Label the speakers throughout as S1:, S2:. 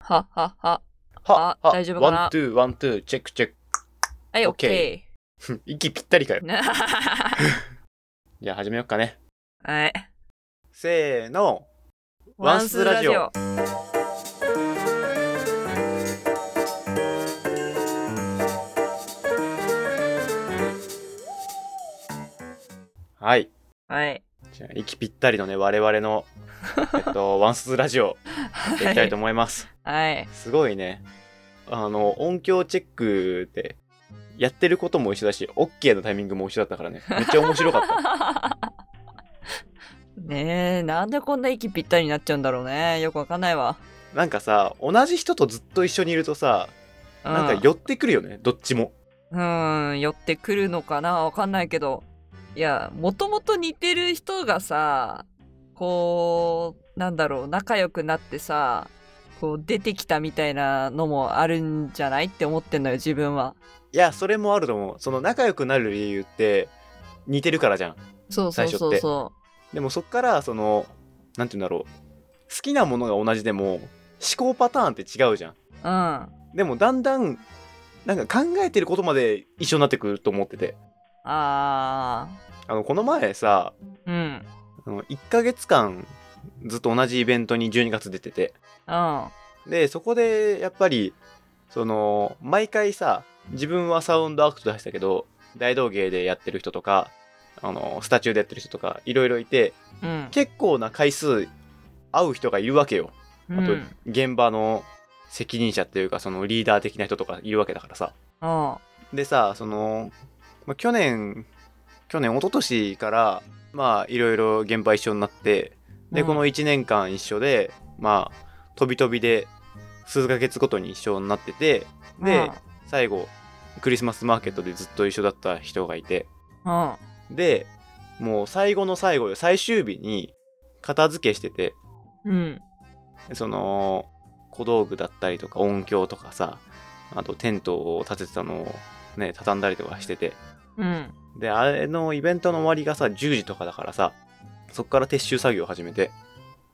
S1: は、は、は。
S2: は
S1: あ大丈夫かな
S2: ワン、ツー、ワン、ツー、チェック、チェ ッ
S1: はい、
S2: オッケ
S1: OK。
S2: ク。息ぴったりかよ。
S1: は
S2: じゃあ始めようかね。
S1: い。
S2: せーの。ワンスラジオ
S1: ワンス
S2: はい。
S1: はい。
S2: じゃあ息ぴったりのね、我 々の、えっと、ワンスズラジオ、やりたいと思います。
S1: はい。
S2: すごいね。あの、音響チェックで、やってることも一緒だし、OK のタイミングも一緒だったからね。めっちゃ面白か った。
S1: ねえ、なんでこんな息ぴったりになっちゃうんだろうね。よくわかんないわ。
S2: なんかさ、同じ人とずっと一緒にいるとさ、
S1: うん
S2: なんか寄ってくるよね、どっちも。
S1: うん、寄ってくるのかなわかんないけど。いや、もともと似てる人がさ、こう、なんだろう、仲良くなってさ、こう出てきたみたいなのもあるんじゃないって思ってんのよ、自分は。
S2: いや、それもあると思う。その仲良くなる理由って、似てるからじゃん。
S1: そうそうそうそ
S2: でもそっから、その、なんて言うんだろう。好きなものが同じでも、思考パターンって違うじゃん。
S1: う。うん。
S2: でもだんだん、なんか考えてることまで一緒になってくると思ってて。
S1: あ
S2: あの、この前さ、
S1: ー。うん。
S2: あの1ヶ月間、ずっと同じイベントに12月出てて。
S1: うん。
S2: で、そこで、やっぱり、その、毎回さ、自分はサウンドアクト出したけど、大道芸でやってる人とか、あの、スタチューでやってる人とか、いろいろいて、
S1: うん。
S2: 結構な回数会う人がいるわけよ。
S1: う
S2: あ
S1: ん
S2: と、現場の責任者っていうか、そのリーダー的な人とかいるわけだからさ。
S1: うん。
S2: でさ、その、まあ、去年、去年、一昨年から、まあ、いろいろ現場一緒になって、で、
S1: うん
S2: この1年間一緒で、まあ、飛び飛びで、数ヶ月ごとに一緒になってて、で、最後、クリスマスマーケットでずっと一緒だった人がいて、
S1: うん。うん。
S2: で、もう最後の最後で、最終日に、片付けしてて、
S1: うん。
S2: その、小道具だったりとか音響とかさ、あとテントを立ててたのをね、畳んだりとかしてて、
S1: うん。
S2: で、あれのイベントの終わりがさ、10時とかだからさ、そっから撤収作業を始めて、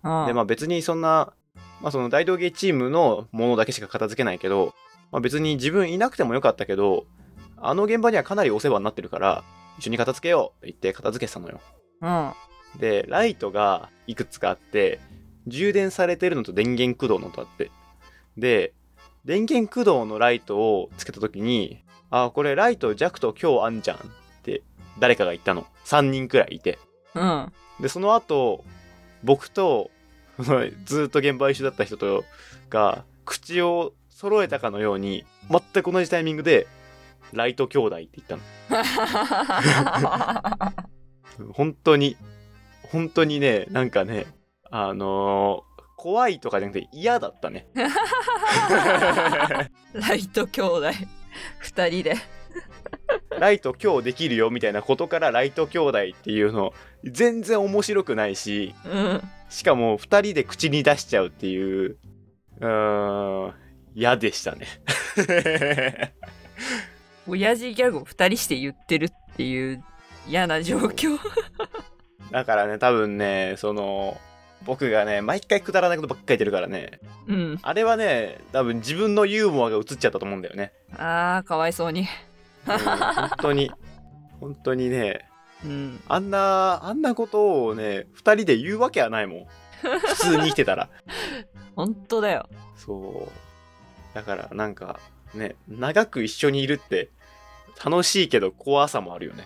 S1: うん。
S2: で、まあ別にそんな、まあその大道芸チームのものだけしか片付けないけど、まあ別に自分いなくてもよかったけど、あの現場にはかなりお世話になってるから、一緒に片付けようって言って片付けてたのよ。で、ライトがいくつかあって、充電されてるのと電源駆動のとあって。で、電源駆動のライトをつけた時に、あ、これライト弱と強あんじゃんって誰かが言ったの。3人くらいいて。
S1: うん。うん。
S2: で、その後、僕と、 ずーっと現場一緒だった人と、が、口を揃えたかのように、全く同じタイミングで、ライト兄弟って言ったの。本当に、本当にね、なんかね、あのー怖いとかじゃなくて嫌だったね。
S1: ライト兄弟二人で。
S2: ライト今日できるよみたいなことからライト兄弟っていうの、全然面白くないし、
S1: うん。
S2: しかも二人で口に出しちゃうっていう、うーん、嫌でしたね。
S1: 親父ギャグを二人して言ってるっていう嫌な状況。
S2: だからね、多分ね、その、僕がね、毎回くだらないことばっかり言ってるからね、
S1: うん。
S2: あれはね、多分自分のユーモアが映っちゃったと思うんだよね。
S1: ああ、かわいそうに。
S2: うん本当に、本当にね、
S1: うん。
S2: あんな、あんなことをね、二人で言うわけはないもん。普通に生きてたら。
S1: 本当だよ。
S2: そう。だから、なんか、ね、長く一緒にいるって、楽しいけど怖さもあるよね。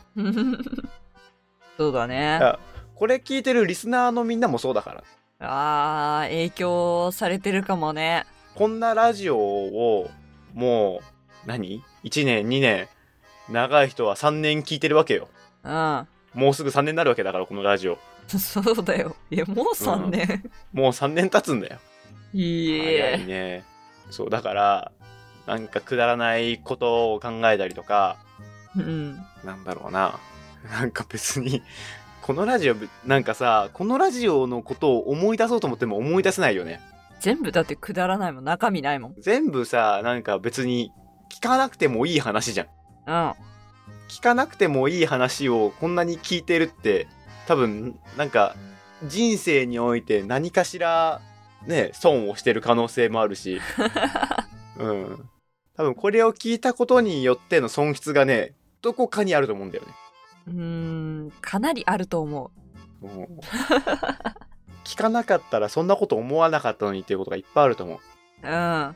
S1: そうだね。
S2: あこれ聞いてるリスナーのみんなもそうだから。
S1: ああ、影響されてるかもね。
S2: こんなラジオを、もう、何 ?1 年、2年、長い人は3年聞いてるわけよ。
S1: うん。
S2: もうすぐ3年になるわけだから、このラジオ。
S1: そうだよ。いや、もう三年。
S2: もう3年経つんだよ。
S1: いい
S2: 早い
S1: え。
S2: ねそうだからなんかくだらないことを考えたりとか
S1: うん。
S2: なんだろうな なんか別にこのラジオなんかさこのラジオのことを思い出そうと思っても思い出せないよね
S1: 全部だってくだらないもん。中身ないもん。
S2: 全部さなんか別に聞かなくてもいい話じゃん
S1: うん。
S2: 聞かなくてもいい話をこんなに聞いてるって多分なんか人生において何かしらね、損をしてる可能性もあるし、うん。多分これを聞いたことによっての損失がね、どこかにあると思うんだよね。
S1: うーんかなりあると思
S2: もう聞かなかったらそんなこと思わなかったのにっていうことがいっぱいあると思う。
S1: ううん
S2: あ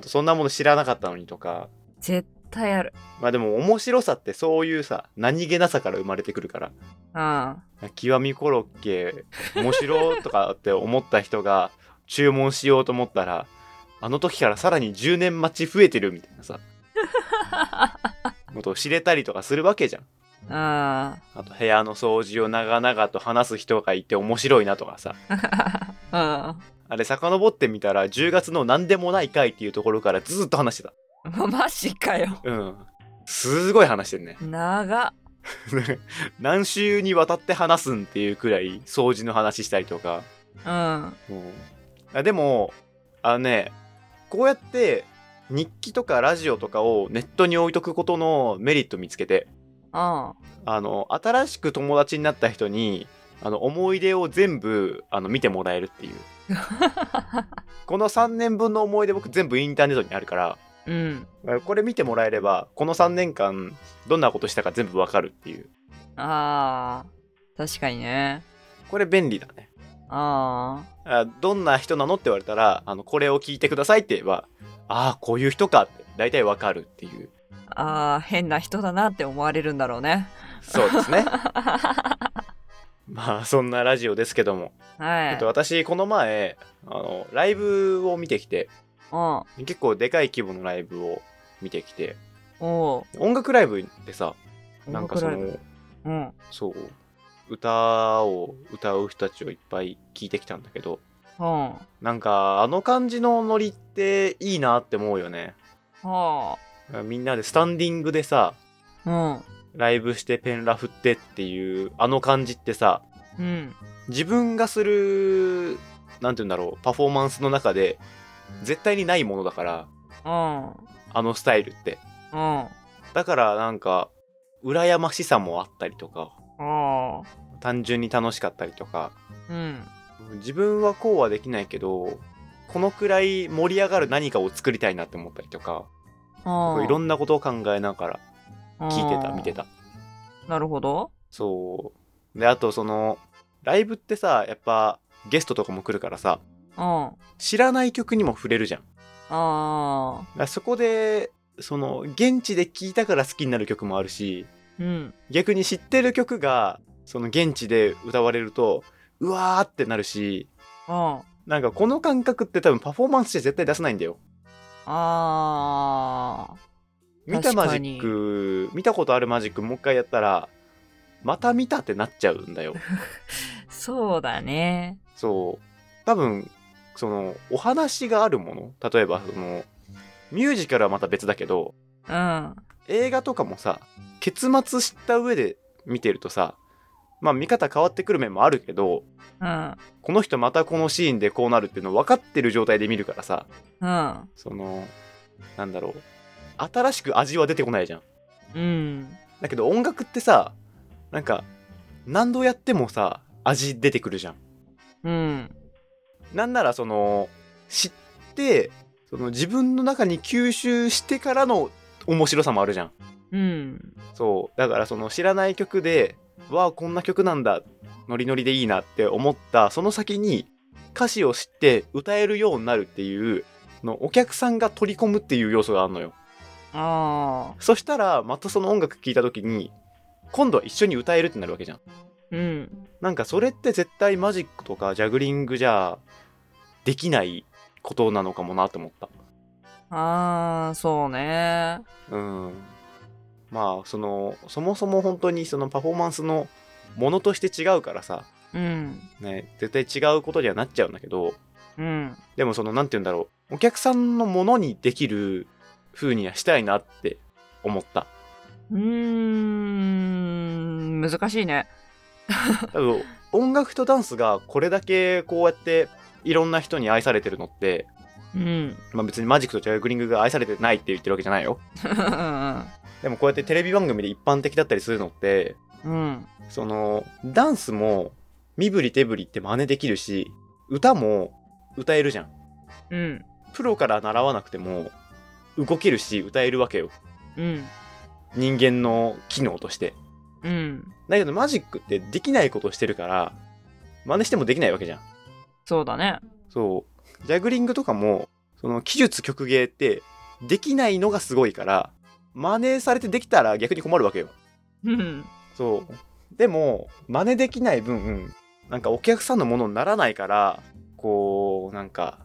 S2: とそんなもの知らなかったのにとか。
S1: 絶対ある
S2: まあでも面白さってそういうさ、何気なさから生まれてくるから。
S1: うん
S2: 極みコロッケ、面白いとかって思った人が注文しようと思ったら、あの時からさらに10年待ち増えてるみたいなさ、ことを知れたりとかするわけじゃん。
S1: うん
S2: あと部屋の掃除を長々と話す人がいて面白いなとかさ。
S1: うん
S2: あれ遡ってみたら10月の何でもない回っていうところからずっと話してた。
S1: マジかよ
S2: うん。すごい話してんね。
S1: 長っ
S2: 何週にわたって話すんっていうくらい掃除の話したりとか。
S1: うん
S2: あでも、あのね、こうやって日記とかラジオとかをネットに置いとくことのメリット見つけて、
S1: うん
S2: あの、新しく友達になった人に、あの、思い出を全部、あの、見てもらえるっていう。この3年分の思い出僕全部インターネットにあるから、
S1: うん
S2: これ見てもらえればこの3年間どんなことしたか全部わかるっていう
S1: あー確かにね
S2: これ便利だね
S1: あー
S2: あどんな人なのって言われたらあのこれを聞いてくださいって言えばああこういう人かって大体わかるっていう
S1: あー変な人だなって思われるんだろうね
S2: そうです ね
S1: は
S2: まあそんなラジオですけども、えっと、
S1: い
S2: 私この前あのライブを見てきて
S1: うん
S2: 結構でかい規模のライブを見てきて
S1: お
S2: 音楽ライブってさ
S1: お
S2: なんかその
S1: うん
S2: そう歌を歌う人たちをいっぱい聞いてきたんだけど
S1: うん
S2: なんかあの感じのノリっていいなって思うよね
S1: は
S2: みんなでスタンディングでさ
S1: あ
S2: ライブしてペンラ振ってっていうあの感じってさ
S1: うんうん
S2: 自分がするなんて言うんだろうパフォーマンスの中で絶対にないものだから
S1: うん
S2: あのスタイルって
S1: うん
S2: だからなんか羨ましさもあったりとか
S1: あ
S2: 単純に楽しかったりとか
S1: ーうん
S2: 自分はこうはできないけどこのくらい盛り上がる何かを作りたいなって思ったりとかい
S1: な
S2: ろ
S1: ん
S2: なことを考えながら聞いてた見てた
S1: なるほど
S2: そうであとそのライブってさやっぱゲストとかも来るからさ
S1: うんあ
S2: 知らない曲にも触れるじゃんだか
S1: あ
S2: らそこでその現地で聴いたから好きになる曲もあるし
S1: ーうん
S2: 逆に知ってる曲がその現地で歌われるとうわーってなるし
S1: うん
S2: なんかこの感覚って多分パフォーマンスじゃ絶対出せないんだよ
S1: ああ
S2: 見たマジック見たことあるマジックもう一回やったらまた見たってなっちゃうんだよ
S1: そうだね。
S2: そう多分そのお話があるもの例えばそのミュージカルはまた別だけど
S1: うん。
S2: 映画とかもさ結末知った上で見てるとさまあ見方変わってくる面もあるけど
S1: うん。
S2: この人またこのシーンでこうなるっていうの分かってる状態で見るからさ
S1: うん。
S2: そのなんだろう新しく味は出てこないじゃん
S1: うん。
S2: だけど音楽ってさなんか何度やってもさ味出てくるじゃん
S1: うん。
S2: なんならその知ってその自分の中に吸収してからの面白さもあるじゃん
S1: うん。
S2: そうだからその知らない曲でわあこんな曲なんだノリノリでいいなって思ったその先に歌詞を知って歌えるようになるっていうそのお客さんが取り込むっていう要素があるのよ
S1: ああ。
S2: そしたらまたその音楽聴いた時に今度は一緒に歌えるってなるわけじゃん
S1: うん。
S2: なんかそれって絶対マジックとかジャグリングじゃできないことなのかもなと思った。
S1: ああ、そうね。
S2: うん。まあそのそもそも本当にそのパフォーマンスのものとして違うからさ、
S1: うん。
S2: ね、絶対違うことにはなっちゃうんだけど、
S1: うん。
S2: でもその何て言うんだろう、お客さんのものにできる風にはしたいなって思った。
S1: うーん。難しいね。
S2: 多分音楽とダンスがこれだけこうやっていろんな人に愛されてるのって、
S1: うん。
S2: まあ、別にマジックとジャグリングが愛されてないって言ってるわけじゃないよ。
S1: うん。
S2: でもこうやってテレビ番組で一般的だったりするのって
S1: うん。
S2: そのダンスも身振り手振りって真似できるし歌も歌えるじゃん
S1: うん。
S2: プロから習わなくても動けるし歌えるわけよ
S1: うん。
S2: 人間の機能として
S1: うん。
S2: だけどマジックってできないことしてるから真似してもできないわけじゃん
S1: そうだね。
S2: そうジャグリングとかもその技術曲芸ってできないのがすごいから真似されてできたら逆に困るわけよ
S1: うん。
S2: そうでも真似できない分なんかお客さんのものにならないからこうなんか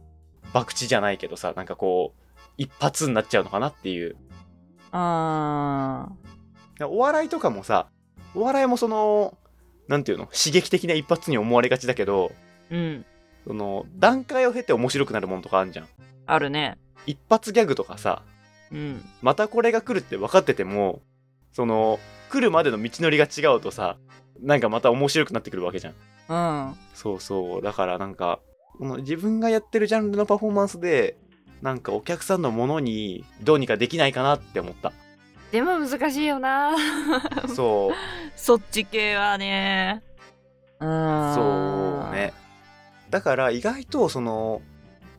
S2: 博打じゃないけどさなんかこう一発になっちゃうのかなっていう
S1: あ
S2: お笑いとかもさお笑いもそのなんていうの刺激的な一発に思われがちだけど
S1: ー。うん。
S2: その段階を経て面白くなるものとかあるじゃん
S1: あるね。
S2: 一発ギャグとかさ
S1: うん。
S2: またこれが来るって分かっててもその来るまでの道のりが違うとさなんかまた面白くなってくるわけじゃ
S1: う
S2: ん
S1: ん。
S2: そうそうだからなんかこの自分がやってるジャンルのパフォーマンスでなんかお客さんのものにどうにかできないかなって思った
S1: でも難しいよな。
S2: そう
S1: そっち系はね。うーん。
S2: そう。ね。だから意外とその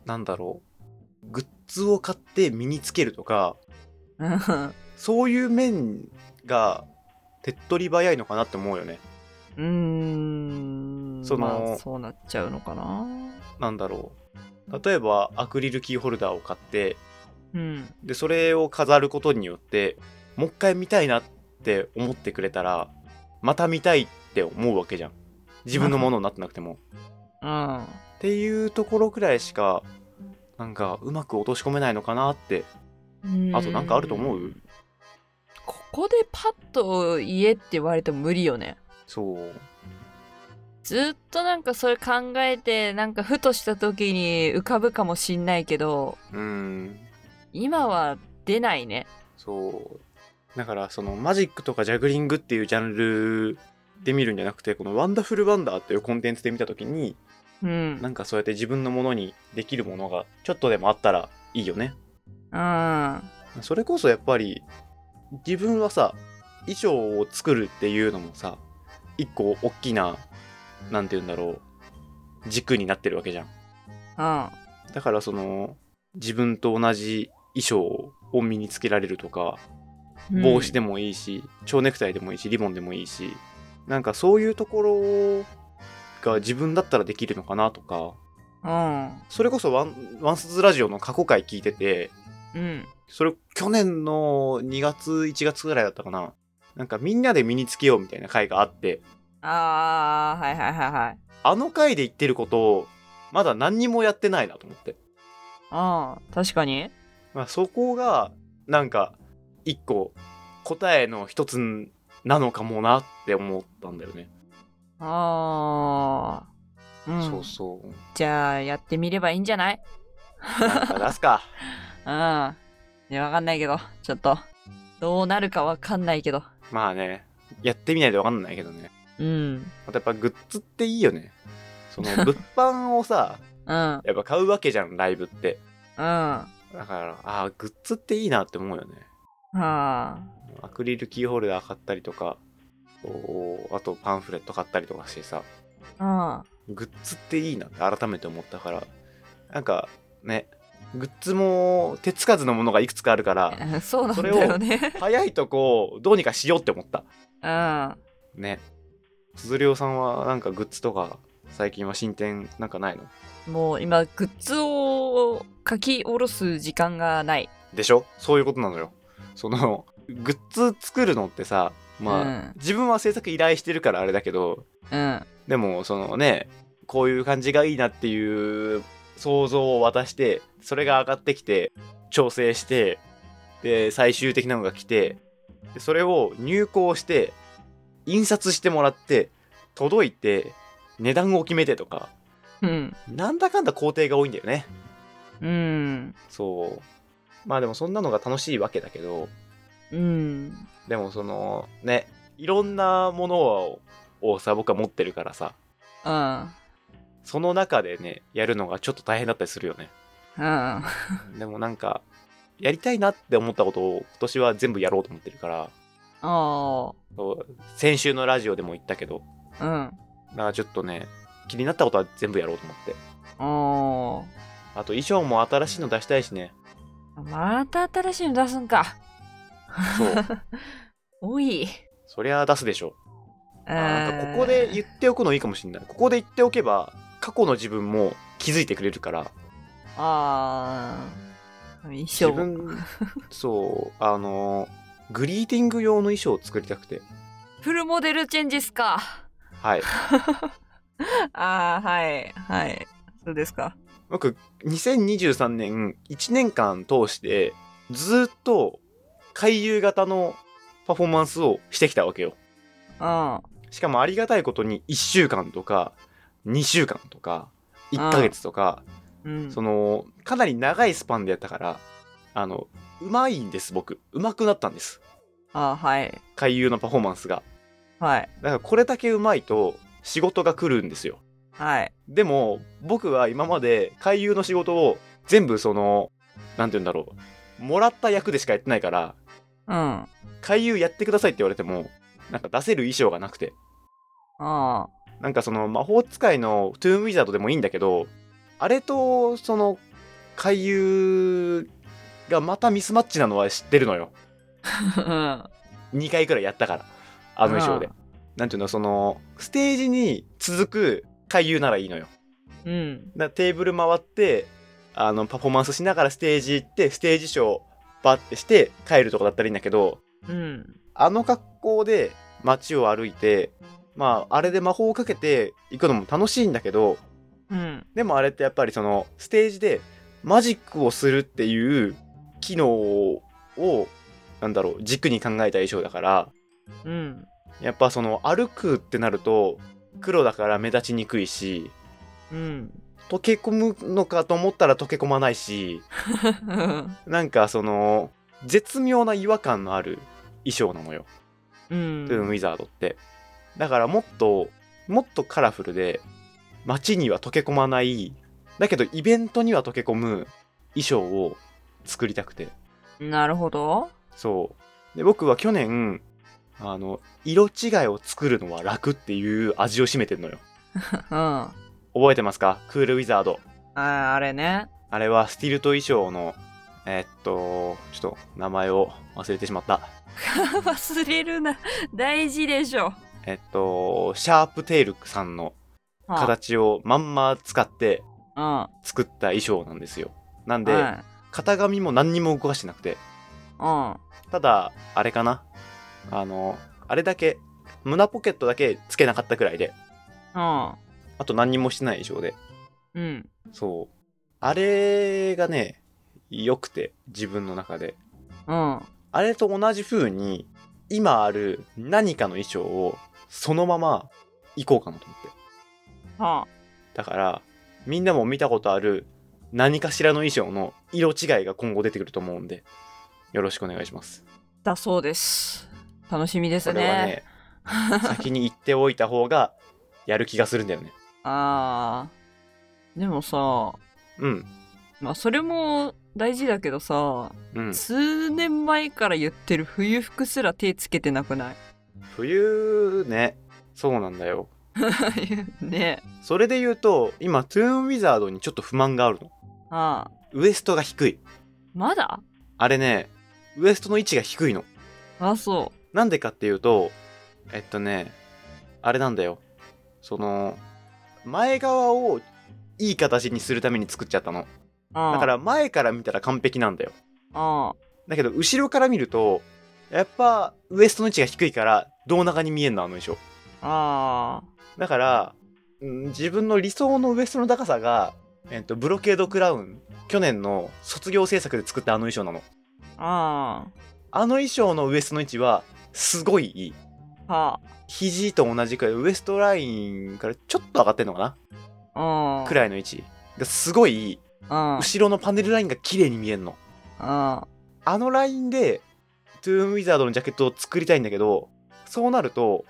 S2: なんだろうグッズを買って身につけるとか
S1: うん。
S2: そういう面が手っ取り早いのかなって思うよね。
S1: うーん。
S2: その
S1: まあそうなっちゃうのかな。
S2: なんだろう例えばアクリルキーホルダーを買って
S1: うん。
S2: でそれを飾ることによってもう一回見たいなって思ってくれたらまた見たいって思うわけじゃん自分のものになってなくても。
S1: うん。
S2: っていうところくらいしかなんかうまく落とし込めないのかなってあとなんかあると思う
S1: ここでパッと言えって言われても無理よね
S2: そう
S1: ずっとなんかそれ考えてなんかふとした時に浮かぶかもしんないけど
S2: うーん
S1: 今は出ないね
S2: そうだからそのマジックとかジャグリングっていうジャンルで見るんじゃなくてこの「ワンダフル・ワンダー」っていうコンテンツで見た時に
S1: うん
S2: なんかそうやって自分のものにできるものがちょっとでもあったらいいよね
S1: うん
S2: それこそやっぱり自分はさ衣装を作るっていうのもさ一個大きななんて言うんだろう軸になってるわけじゃん
S1: うん
S2: だからその自分と同じ衣装を身につけられるとか
S1: うん
S2: 帽子でもいいし、蝶ネクタイでもいいしリボンでもいいしなんかそういうところが自分だったらできるのかなとか
S1: うん
S2: それこそワンワンスズラジオの過去回聞いてて
S1: うん
S2: それ去年の2月1月ぐらいだったかななんかみんなで身につけようみたいな回があって
S1: あーはいはいはいはい
S2: あの回で言ってることをまだ何にもやってないなと思って、
S1: うん確かに
S2: まあ、そこがなんか一個答えの一つなのかもなって思ったんだよね、
S1: あーうん
S2: そうそう
S1: じゃあやってみればいいんじゃない
S2: なんか出すか。
S1: うんいやわかんないけどちょっとどうなるかわかんないけど
S2: まあね、やってみないとわかんないけどね。
S1: うん
S2: あとやっぱグッズっていいよね。そ の物販をさ、
S1: うん
S2: やっぱ買うわけじゃん、ライブって。
S1: うん。は
S2: だから、ああ、グッズっていいなって思うよね。
S1: あ。
S2: アクリルキーホルダー買ったりとか、こうあとパンフレット買ったりとかしてさ、
S1: うん。
S2: グッズっていいなって改めて思ったから、なんかね、グッズも手つかずのものがいくつかある から、
S1: そうなんだよね。
S2: 早いとこをどうにかしようって思った。
S1: うん。
S2: ね鈴涼さんはなんかグッズとか最近は進展なんかないの
S1: もう今、グッズを書き下ろす時間がない。
S2: でしょそういうことなのよそのグッズ作るのってさまあ、
S1: うん
S2: 自分は制作依頼してるからあれだけど
S1: うん。
S2: でもそのねこういう感じがいいなっていう想像を渡してそれが上がってきて調整してで最終的なのが来てでそれを入稿して印刷してもらって届いて値段を決めてとか
S1: うん。
S2: なんだかんだ工程が多いんだよね。
S1: うん。
S2: そう。まあでもそんなのが楽しいわけだけど、
S1: うん。
S2: でもそのね、いろんなものををさ、僕は持ってるからさ、
S1: うん。
S2: その中でね、やるのがちょっと大変だったりするよね。
S1: うん。
S2: でもなんか、やりたいなって思ったことを今年は全部やろうと思ってるから、
S1: あ
S2: そう先週のラジオでも言ったけど、
S1: あ。うん。
S2: なんかちょっとね、気になったことは全部やろうと思って。
S1: おー
S2: あと衣装も新しいの出したいしね。
S1: また新しいの出すんか。
S2: そう。
S1: おい。
S2: そりゃ出すでしょ。
S1: あ
S2: あなんかここで言っておくのいいかもしれない。ここで言っておけば、過去の自分も気づいてくれるから、
S1: あー衣
S2: 自
S1: 装も。
S2: 分、そう、あの、グリーティング用の衣装を作りたくて。
S1: フルモデルチェンジっすか。
S2: はい。
S1: ああ、はい。はい。そうですか。
S2: 僕、2023年1年間通して、ずーっと回遊型のパフォーマンスをしてきたわけよ。
S1: うん。
S2: しかもありがたいことに1週間とか、2週間とか、1ヶ月とか、
S1: うん、
S2: その、かなり長いスパンでやったから、あの、うまいんです、僕。うまくなったんです。
S1: あーはい。
S2: 回遊のパフォーマンスが。
S1: はい。
S2: だからこれだけうまいと仕事が来るんですよ。
S1: はい。
S2: でも僕は今まで回遊の仕事を全部その、なんて言うんだろう。もらった役でしかやってないから、
S1: うん。
S2: 回遊やってくださいって言われても、なんか出せる衣装がなくて。
S1: あ
S2: なんかその魔法使いのトゥーンウィザードでもいいんだけど、あれとその回遊がまたミスマッチなのは知ってるのよ。
S1: あ。
S2: 2回くらいやったから。あの衣装で。なんていうの、その、ステージに続く回遊ならいいのよ。
S1: うん。
S2: だからテーブル回ってあのパフォーマンスしながらステージ行ってステージショーバッてして帰るとかだったらいいんだけど
S1: うん。
S2: あの格好で街を歩いてまああれで魔法をかけて行くのも楽しいんだけど
S1: うん。
S2: でもあれってやっぱりそのステージでマジックをするっていう機能をなんだろう軸に考えた衣装だから
S1: うん。
S2: やっぱその歩くってなると黒だから目立ちにくいし
S1: うん。
S2: 溶け込むのかと思ったら溶け込まないしなんかその絶妙な違和感のある衣装なのよ、
S1: うん
S2: トゥーンウィザード ってだからもっともっとカラフルで街には溶け込まないだけどイベントには溶け込む衣装を作りたくて
S1: なるほど。
S2: そうで僕は去年あの色違いを作るのは楽っていう味を占めてるのよ
S1: うん。あ
S2: 覚えてますかクールウィザード
S1: ーあれね。
S2: あれはスティルト衣装のえっとちょっと名前を忘れてしまった
S1: 忘れるな。大事でしょ。
S2: えっと、シャープテールさんの
S1: は
S2: 形をまんま使って
S1: あ
S2: 作った衣装なんですよ。な
S1: う
S2: ん
S1: ん。
S2: で、
S1: はい
S2: 型紙も何にも動かしてなくて、
S1: うん。
S2: ただ、あれかな。あの、あれだけ、胸ポケットだけつけなかったくらいで、
S1: うん。
S2: あと何にもしてない衣装で、
S1: うん。
S2: そう。あれがね、良くて、自分の中で。
S1: うん。
S2: あれと同じ風に、今ある何かの衣装を、そのまま、行こうかなと思って。
S1: は
S2: だからみんなも見たことある何かしらの衣装の色違いが今後出てくると思うんでよろしくお願いします。
S1: だそうです。楽しみです
S2: これ
S1: ね。
S2: はね 先に言っておいた方がやる気がするんだよね。
S1: ああ。でもさ、
S2: うん
S1: まあそれも大事だけどさ、
S2: うん。
S1: 数年前から言ってる冬服すら手つけてなくない
S2: 冬ねそうなんだよ。
S1: ね
S2: それで言うと今トゥーンウィザードにちょっと不満があるの。
S1: ああ。
S2: ウエストが低い。
S1: まだ
S2: あれねウエストの位置が低いの。
S1: あ、そ
S2: なんでかっていうとえっとねあれなんだよその前側をいい形にするために作っちゃったの
S1: う。ああ
S2: だから前から見たら完璧なんだよ
S1: あ
S2: だけど後ろから見るとやっぱウエストの位置が低いから胴長に見えんのあの衣装
S1: あ。あ
S2: だから、うん自分の理想のウエストの高さが、えっと、ブロケードクラウン去年の卒業制作で作ったあの衣装なの
S1: あ。あ
S2: あの衣装のウエストの位置はすごいいい
S1: あ。は
S2: 肘と同じくらいウエストラインからちょっと上がってんのかな
S1: あ。うん。
S2: くらいの位置がすごい
S1: うん。
S2: 後ろのパネルラインが綺麗に見えんの
S1: うん。
S2: あのラインでトゥーンウィザードのジャケットを作りたいんだけどそうなると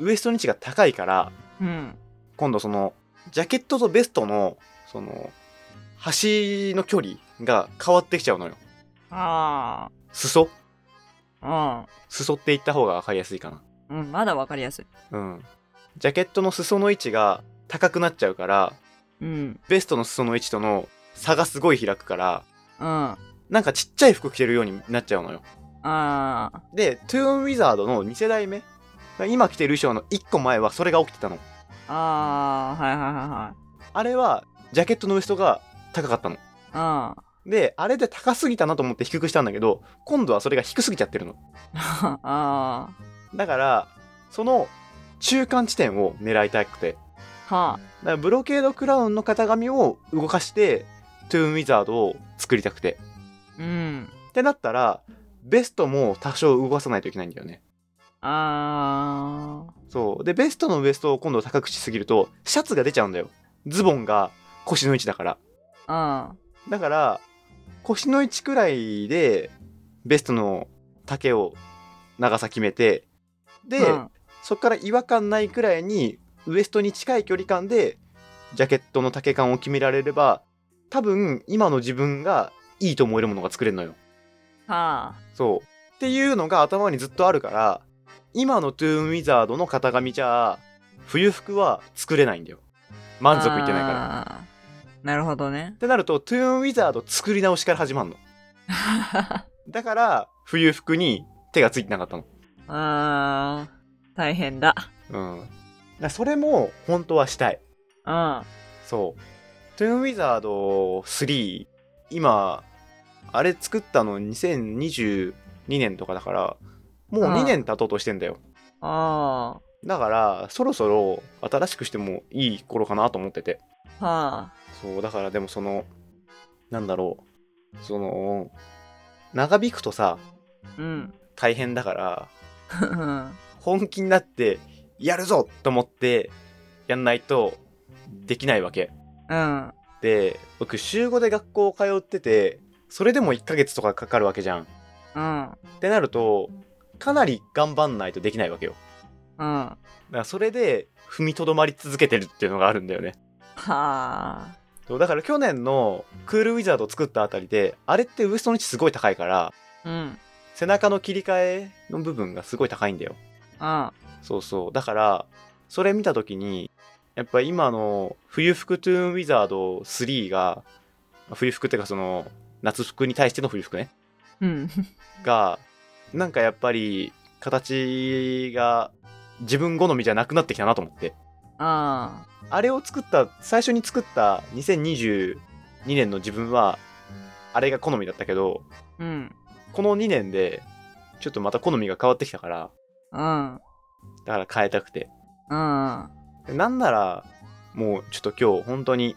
S2: ウエストの位置が高いから
S1: うん。
S2: 今度そのジャケットとベストのその端の距離が変わってきちゃうのよ
S1: あ
S2: 裾
S1: あ。
S2: 裾って言った方が分かりやすいかな
S1: うん。うん。まだわかりやすい。
S2: うんジャケットの裾の位置が高くなっちゃうから、
S1: うん。
S2: ベストの裾の位置との差がすごい開くから、
S1: うん。あ
S2: なんかちっちゃい服着てるようになっちゃうのよ。
S1: あー。
S2: で、トゥーンウィザードの2世代目。今着てる衣装の1個前はそれが起きてたの。
S1: ああ、はいはいはいはい。
S2: あれは、ジャケットのウエストが高かったの。
S1: あ
S2: で、あれで高すぎたなと思って低くしたんだけど、今度はそれが低すぎちゃってるの。
S1: あ。あ
S2: だから、その中間地点を狙いたくて。
S1: あ。は
S2: だからブロケードクラウンの型紙を動かして、トゥーンウィザードを作りたくて。
S1: あ。うん。
S2: ってなったら、ベストも多少動かさないといけないんだよね。
S1: ああ。
S2: そう。で、ベストのウエストを今度高くしすぎると、シャツが出ちゃうんだよ。ズボンが腰の位置だから。
S1: うん。
S2: だから、腰の位置くらいで、ベストの丈を長さ決めて、で、
S1: うん
S2: そこから違和感ないくらいにウエストに近い距離感でジャケットの丈感を決められれば多分今の自分がいいと思えるものが作れるのよ。
S1: はあ。
S2: そう。っていうのが頭にずっとあるから今のトゥーンウィザードの型紙じゃ冬服は作れないんだよ。満足いってないから。っ
S1: ら。なるほどね。
S2: てなるとトゥーンウィザード作り直しから始まるの。だから冬服に手がついてなかったの。
S1: あー大変だ。
S2: うん。だからそれも本当はしたい。
S1: うん。あ
S2: そう。トゥーンウィザード3、今、あれ作ったの2022年とかだから、もう
S1: ああ
S2: 2年経とうとしてんだよ。
S1: あ。
S2: だから、そろそろ新しくしてもいい頃かなと思ってて。
S1: はあ。
S2: そう、だからでもその、なんだろう。その、長引くとさ、
S1: うん。
S2: 大変だから、
S1: うん
S2: 本気になって、やるぞと思って、やんないと、できないわけ。
S1: うん。
S2: で僕週5で学校通っててそれでも1ヶ月とかかかるわけじゃんっ
S1: うん。
S2: てなるとかなり頑張んないとできないわけよ
S1: うん。は
S2: だからそれで踏みとどまり続けてるっていうのがあるんだよね
S1: あ。
S2: そうだから去年のクールウィザードを作ったあたりであれってウエストの位置すごい高いから
S1: うん。
S2: 背中の切り替えの部分がすごい高いんだよ
S1: うん。
S2: そうそうだからそれ見た時にやっぱ今の冬服トゥーンウィザード3が冬服っていうかその夏服に対しての冬服ね
S1: うん。
S2: がなんかやっぱり形が自分好みじゃなくなってきたなと思って
S1: あ
S2: あれを作った最初に作った2022年の自分はあれが好みだったけど
S1: あ。うん。
S2: この2年でちょっとまた好みが変わってきたから
S1: うん。
S2: だから変えたくて
S1: うん。
S2: でなんならもうちょっと今日本当に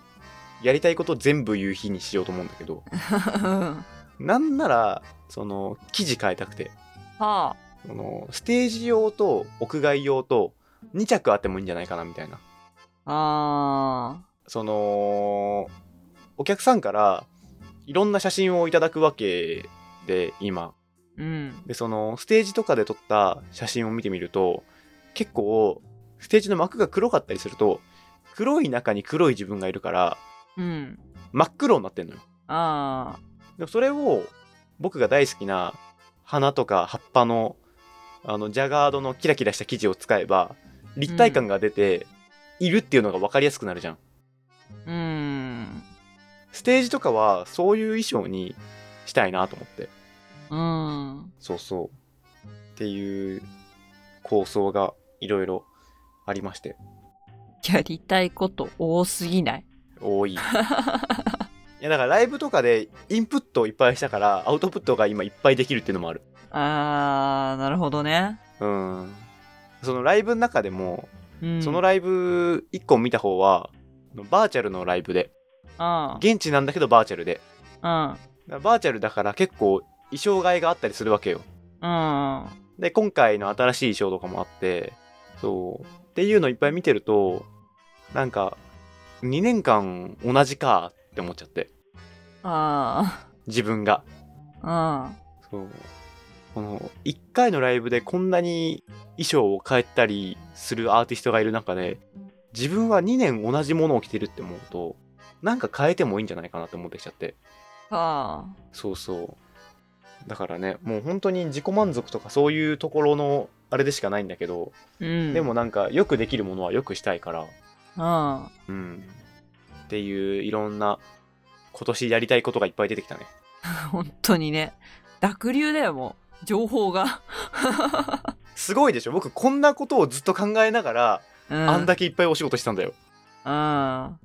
S2: やりたいこと全部言う日にしようと思うんだけど
S1: は
S2: なんならその生地変えたくて
S1: あ。
S2: そのステージ用と屋外用と2着あってもいいんじゃないかなみたいな
S1: あ
S2: そのお客さんからいろんな写真をいただくわけで今
S1: ー。うん。
S2: でそのステージとかで撮った写真を見てみると結構ステージの幕が黒かったりすると黒い中に黒い自分がいるから
S1: うん。
S2: 真っ黒になってんのよ
S1: あ
S2: でもそれを僕が大好きな花とか葉っぱのあのジャガードのキラキラした生地を使えば立体感が出ているっていうのが分かりやすくなるじゃん。
S1: あ。うん。
S2: ステージとかはそういう衣装にしたいなと思って。
S1: うん。
S2: そうそう。っていう構想がいろいろありまして。
S1: やりたいこと多すぎない。
S2: 多い。いやだからライブとかでインプットをいっぱいしたからアウトプットが今いっぱいできるっていうのもある。
S1: ああ、なるほどね。
S2: うん。そのライブの中でも
S1: うん。
S2: その
S1: ラ
S2: ライブ1個見た方はあのバーチャルのライブで
S1: うん。
S2: 現地なんだけどバーチャルで
S1: うん。
S2: だからバーチャルだから結構衣装替えがあったりするわけよ
S1: うん。
S2: で今回の新しい衣装とかもあってそうっていうのいっぱい見てるとなんか2年間同じかって思っちゃって
S1: あ
S2: 自分が
S1: あ。
S2: そうこの1回のライブでこんなに衣装を変えたりするアーティストがいる中で自分は2年同じものを着てるって思うとなんか変えてもいいんじゃないかなって思ってきちゃって
S1: うん。は
S2: そうそうだからねもう本当に自己満足とかそういうところのあれでしかないんだけど、
S1: あ。うん。
S2: でもなんかよくできるものはよくしたいから
S1: はうん。
S2: うん。っていう、いろんな、今年やりたいことがいっぱい出てきたね。
S1: 本当にね。濁流だよ、もう。情報が。
S2: すごいでしょ僕、こんなことをずっと考えながら、
S1: うん。
S2: あんだけいっぱいお仕事したんだよ。
S1: うん。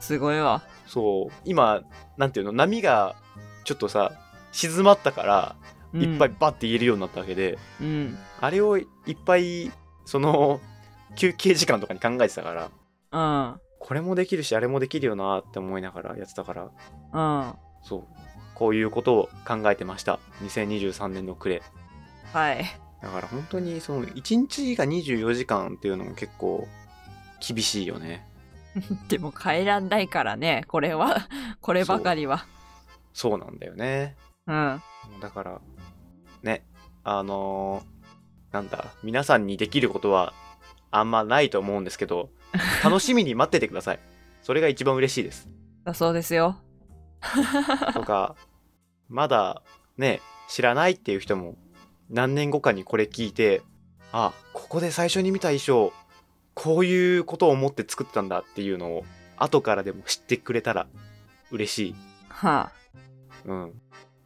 S1: すごいわ。
S2: そう、今、なんていうの、波が、ちょっとさ、静まったから、
S1: うん
S2: いっぱい。バッて言えるようになったわけで、
S1: うん。
S2: あれをいっぱい、その、休憩時間とかに考えてたから、
S1: うん。
S2: これもできるし、あれもできるよなって思いながらやってたから、
S1: うん。
S2: そう、こういうことを考えてました。2023年の暮れ。
S1: はい。
S2: だから本当にその1日が24時間っていうのも結構厳しいよね。
S1: でも帰らんないからね、これは。 こればかりは。
S2: そうなんだよね。
S1: うん。
S2: だから、ね、あのーなんだ、皆さんにできることはあんまないと思うんですけど、楽しみに待っててください。それが一番嬉しいです。
S1: だそうですよ。
S2: とか、まだね、知らないっていう人も何年後かにこれ聞いて、あ、ここで最初に見た衣装、こういうことを思って作ったんだっていうのを後からでも知ってくれたら嬉しい。
S1: は
S2: うん。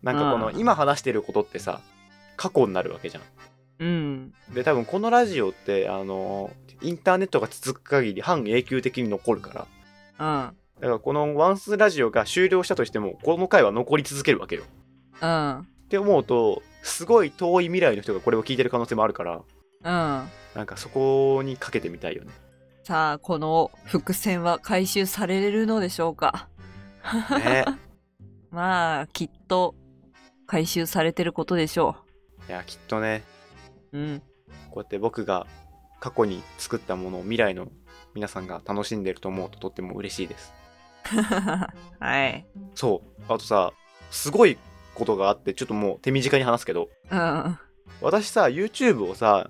S2: なんかこの
S1: うん
S2: 今話してることってさ、過去になるわけじゃん。
S1: あ。うん。
S2: で、多分このラジオって、あの、インターネットが続く限り半永久的に残るから。
S1: うん。
S2: だからこのワンスラジオが終了したとしても、この回は残り続けるわけよ。
S1: うん。
S2: って思うとすごい遠い未来の人がこれを聞いてる可能性もあるから
S1: うん。
S2: なんかそこにかけてみたいよね。
S1: さあ、この伏線は回収されるのでしょうか。
S2: ね
S1: まあ、きっと回収されてることでしょ
S2: いやきっとね
S1: う。うん。
S2: こうやって僕が過去に作ったものを未来の皆さんが楽しんでると思うととっても嬉しいです。
S1: はい。
S2: そうあとさすごいことがあってちょっともう手短に話すけど
S1: うん。
S2: 私さ YouTube をさ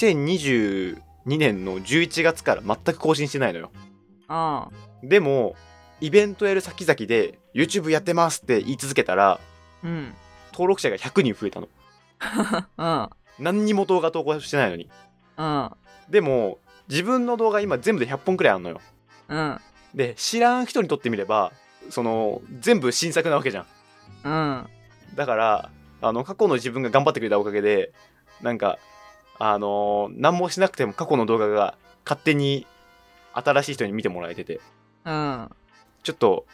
S2: 2022年の11月から全く更新してないのよ。
S1: うん。
S2: でもイベントやる先々で YouTube やってますって言い続けたら
S1: うん。
S2: 登録者が100人増えたの。
S1: うん。
S2: 何にも動画投稿してないのに
S1: うん。
S2: でも自分の動画今全部で100本くらいあるのよ
S1: うん。
S2: で知らん人にとってみればその全部新作なわけじゃん
S1: うん。
S2: だからあの過去の自分が頑張ってくれたおかげでなんかあのー何もしなくても過去の動画が勝手に新しい人に見てもらえてて
S1: うん。
S2: ちょっと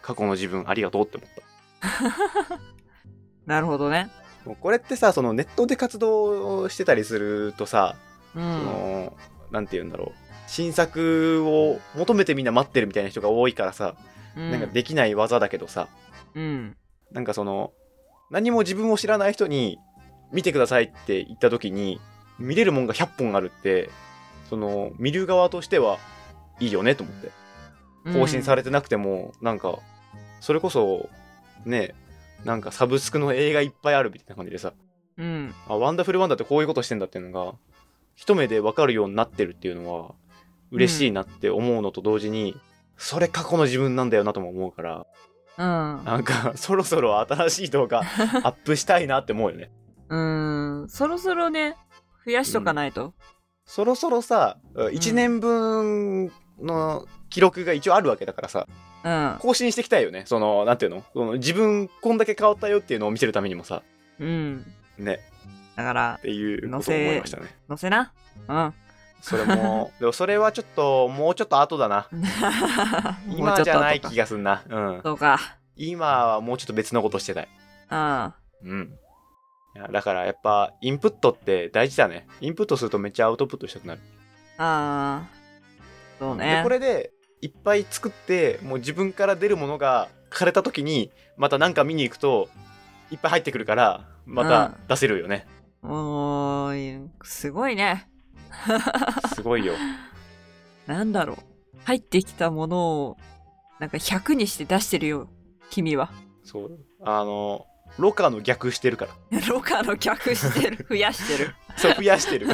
S2: 過去の自分ありがとうって思った
S1: なるほどね。
S2: もうこれってさそのネットで活動してたりするとさ
S1: う
S2: そ
S1: ん。
S2: の、なんて言うんだろう。新作を求めてみんな待ってるみたいな人が多いからさ、
S1: うん
S2: なんかできない技だけどさ、
S1: うん。
S2: なんかその、何も自分を知らない人に見てくださいって言った時に、見れるもんが100本あるって、その、見る側としてはいいよねと思って。更新さ
S1: れ
S2: れてなくても、なんか、それこそ、ね、なんかサブスクの映画いっぱいあるみたいな感じでさ、
S1: うん。
S2: あ、ワンダフルワンダってこういうことしてんだっていうのが、一目でわかるようになってるっていうのは、嬉しいなって思うのと同時に、それ過去の自分なんだよなとも思うから、
S1: うん。
S2: なんか、そろそろ新しい動画アップしたいなって思うよね。
S1: うん。そろそろね、増やしとかないと。
S2: そろそろさ、1年分の記録が一応あるわけだからさ、
S1: うん。
S2: 更新していきたいよね。その、なんていうのその自分こんだけ変わったよっていうのを見せるためにもさ、
S1: うん。
S2: ね、
S1: だから
S2: っ、ていうことを思いましたね。
S1: 載せな。うん。
S2: それも、でもそれはちょっと、もうちょっと後だな。
S1: もうちょ
S2: 今
S1: っ
S2: じ
S1: と
S2: ゃ
S1: 後
S2: ない
S1: か
S2: 気がすんな。うん。
S1: そうか。
S2: 今はもうちょっと別のことしてたい。
S1: うん。
S2: うん。いやだからやっぱインプットって大事だね。インプットするとめっちゃアウトプットしたくなる。
S1: ああ。そうね
S2: でこ。れでいっぱい作って、もう自分から出るものが枯れた時に、またなんか見に行くと、いっぱい入ってくるから、また出せるよね。
S1: もう、すごいね。
S2: すごいよ。
S1: なんだろう。入ってきたものを、なんか100にして出してるよ。君は。
S2: そう。あの、ロカの逆してるから。
S1: ロカの客してる。増やしてる。
S2: そう増やして る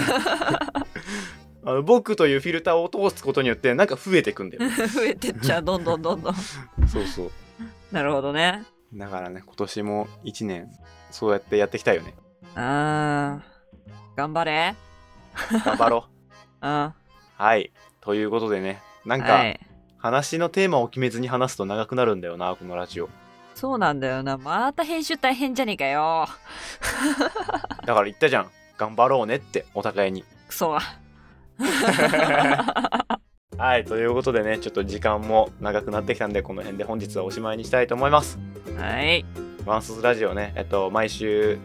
S2: あの僕というフィルターを通すことによってなんか増えてくんだよね
S1: 増えてっちゃう。どんどんどんどん。
S2: そうそう
S1: なるほどね。
S2: だからね今年も1年そうやってやっていきたいよね
S1: あー。頑張れ。
S2: 頑張ろ う
S1: うん。
S2: はいということでねなん
S1: は
S2: か、
S1: い、
S2: 話のテーマを決めずに話すと長くなるんだよな、このラジオ。
S1: そうなんだよなまた編集大変じゃねえかよ
S2: だから言ったじゃん。頑張ろうねって、お互 いに。
S1: クソが
S2: はい、ということでね、ちょっと時間も長くなってきたんで、この辺で本日はおしまいにしたいと思います。
S1: はい
S2: ワンスズラジオね、えっと、毎週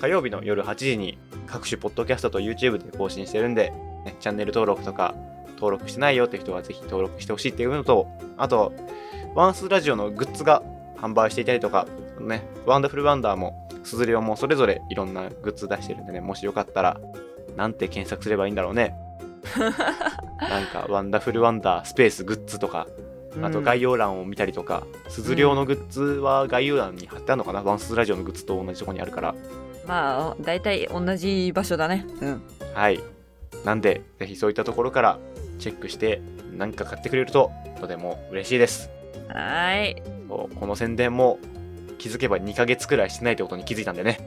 S2: 火曜日の夜8時に各種ポッドキャストと YouTube で更新してるんで、ね、チャンネル登録とか登録してないよって人はぜひ登録してほしいっていうのと、あと、ワンスズラジオのグッズが販売していたりとか、ね、ワンダフルワンダーもスズレオもそれぞれいろんなグッズ出してるんでね、もしよかったら、なんて検索すればいいんだろうね。なんか、ワンダフルワンダースペースグッズとか、あと概要欄を見たりとか、すずりょうのグッズは概要欄に貼ってあるのかな、ワンスズラジオのグッズと同じとこにあるから。
S1: うんまあ大体同じ場所だねうん
S2: はい。なんで、ぜひそういったところからチェックして、なんか買ってくれるととても嬉しいです。
S1: はーい
S2: そうこの宣伝も気づけば2ヶ月くらいしてないってことに気づいたんでね、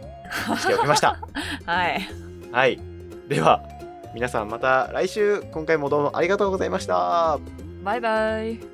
S2: しておきました。
S1: はい
S2: はい。では、皆さんまた来週、今回もどうもありがとうございました。
S1: バイバイ